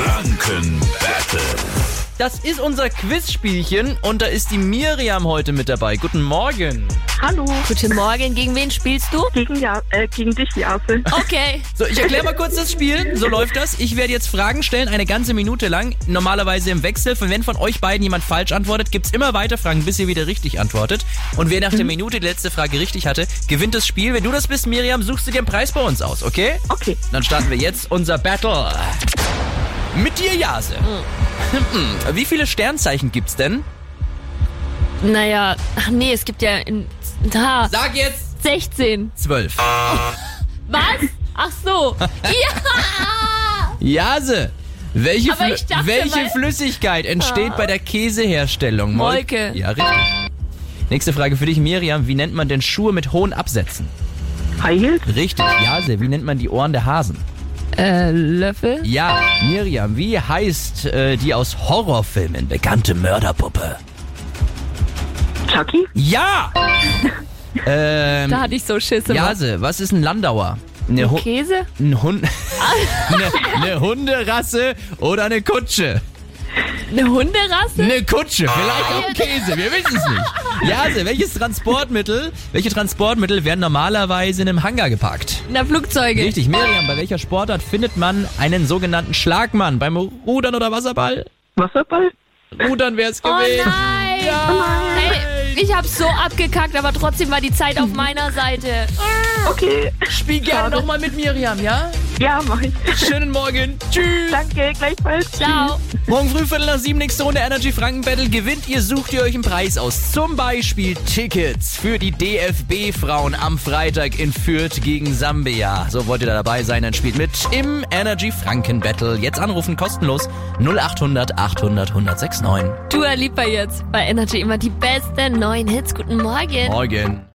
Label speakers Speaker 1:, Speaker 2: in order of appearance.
Speaker 1: Franken Battle.
Speaker 2: Das ist unser Quizspielchen und da ist die Miriam heute mit dabei. Guten Morgen.
Speaker 3: Hallo,
Speaker 4: Guten Morgen, gegen wen spielst du?
Speaker 3: gegen, ja äh, gegen dich, Jasel.
Speaker 4: Okay.
Speaker 2: So, ich erkläre mal kurz das Spiel. So läuft das. Ich werde jetzt Fragen stellen, eine ganze Minute lang, normalerweise im Wechsel. Und wenn von euch beiden jemand falsch antwortet, gibt's immer weiter Fragen, bis ihr wieder richtig antwortet. Und wer nach der Minute die letzte Frage richtig hatte, gewinnt das Spiel. Wenn du das bist, Miriam, suchst du dir einen Preis bei uns aus, okay?
Speaker 3: Okay,
Speaker 2: Dann starten wir jetzt unser Battle. Mit dir, Jase. Wie viele Sternzeichen gibt's denn?
Speaker 4: Naja, ach nee, es gibt ja in, da,
Speaker 2: Sag jetzt
Speaker 4: 16.
Speaker 2: zwölf.
Speaker 4: Was? Ach so. Ja!
Speaker 2: Jase, welche,
Speaker 4: Aber
Speaker 2: Flü-
Speaker 4: ich dachte,
Speaker 2: welche
Speaker 4: weil- Ah.
Speaker 2: Flüssigkeit entsteht bei der Käseherstellung? Mol-
Speaker 4: Molke.
Speaker 2: Ja, richtig. Nächste Frage für dich, Miriam. Wie nennt man denn Schuhe mit hohen Absätzen?
Speaker 3: High Heels,
Speaker 2: Richtig. Jase, wie nennt man die Ohren der Hasen?
Speaker 4: Äh, Löffel?
Speaker 2: Ja, Miriam, wie heißt äh, die aus Horrorfilmen bekannte Mörderpuppe?
Speaker 3: Chucky,
Speaker 2: Ja! ähm,
Speaker 4: Da hatte ich so Schisse.
Speaker 2: Jase, was ist ein Landauer? Eine Hu-
Speaker 4: Käse?
Speaker 2: ein Hund. eine, eine Hunderasse oder eine Kutsche?
Speaker 4: Eine Hunderasse?
Speaker 2: Eine Kutsche, vielleicht
Speaker 4: Ah.
Speaker 2: auch ein Käse, wir wissen es nicht. Jase, welches Transportmittel, welche Transportmittel werden normalerweise in einem Hangar geparkt?
Speaker 4: Na, Flugzeuge.
Speaker 2: Richtig, Miriam, bei welcher Sportart findet man einen sogenannten Schlagmann? Beim Rudern oder Wasserball?
Speaker 3: Wasserball.
Speaker 2: Rudern wäre es
Speaker 4: Oh
Speaker 2: gewesen.
Speaker 4: nein! Hey, ich hab so abgekackt, aber trotzdem war die Zeit auf meiner Seite.
Speaker 3: Okay,
Speaker 2: Spiel gerne nochmal mit Miriam, ja?
Speaker 3: ja, mach ich.
Speaker 2: Schönen Morgen, tschüss.
Speaker 3: Danke, gleichfalls.
Speaker 4: Ciao.
Speaker 2: Morgen früh, Viertel nach sieben, nächste Runde Energy Franken Battle. Gewinnt ihr, sucht ihr euch einen Preis aus. Zum Beispiel Tickets für die DFB-Frauen am Freitag in Fürth gegen Sambia. So wollt ihr da dabei sein, dann spielt mit im Energy Franken Battle. Jetzt anrufen, kostenlos 0800 800 1069.
Speaker 4: Dua Lipa jetzt bei Energy immer die besten neuen Hits. Guten Morgen.
Speaker 2: Morgen.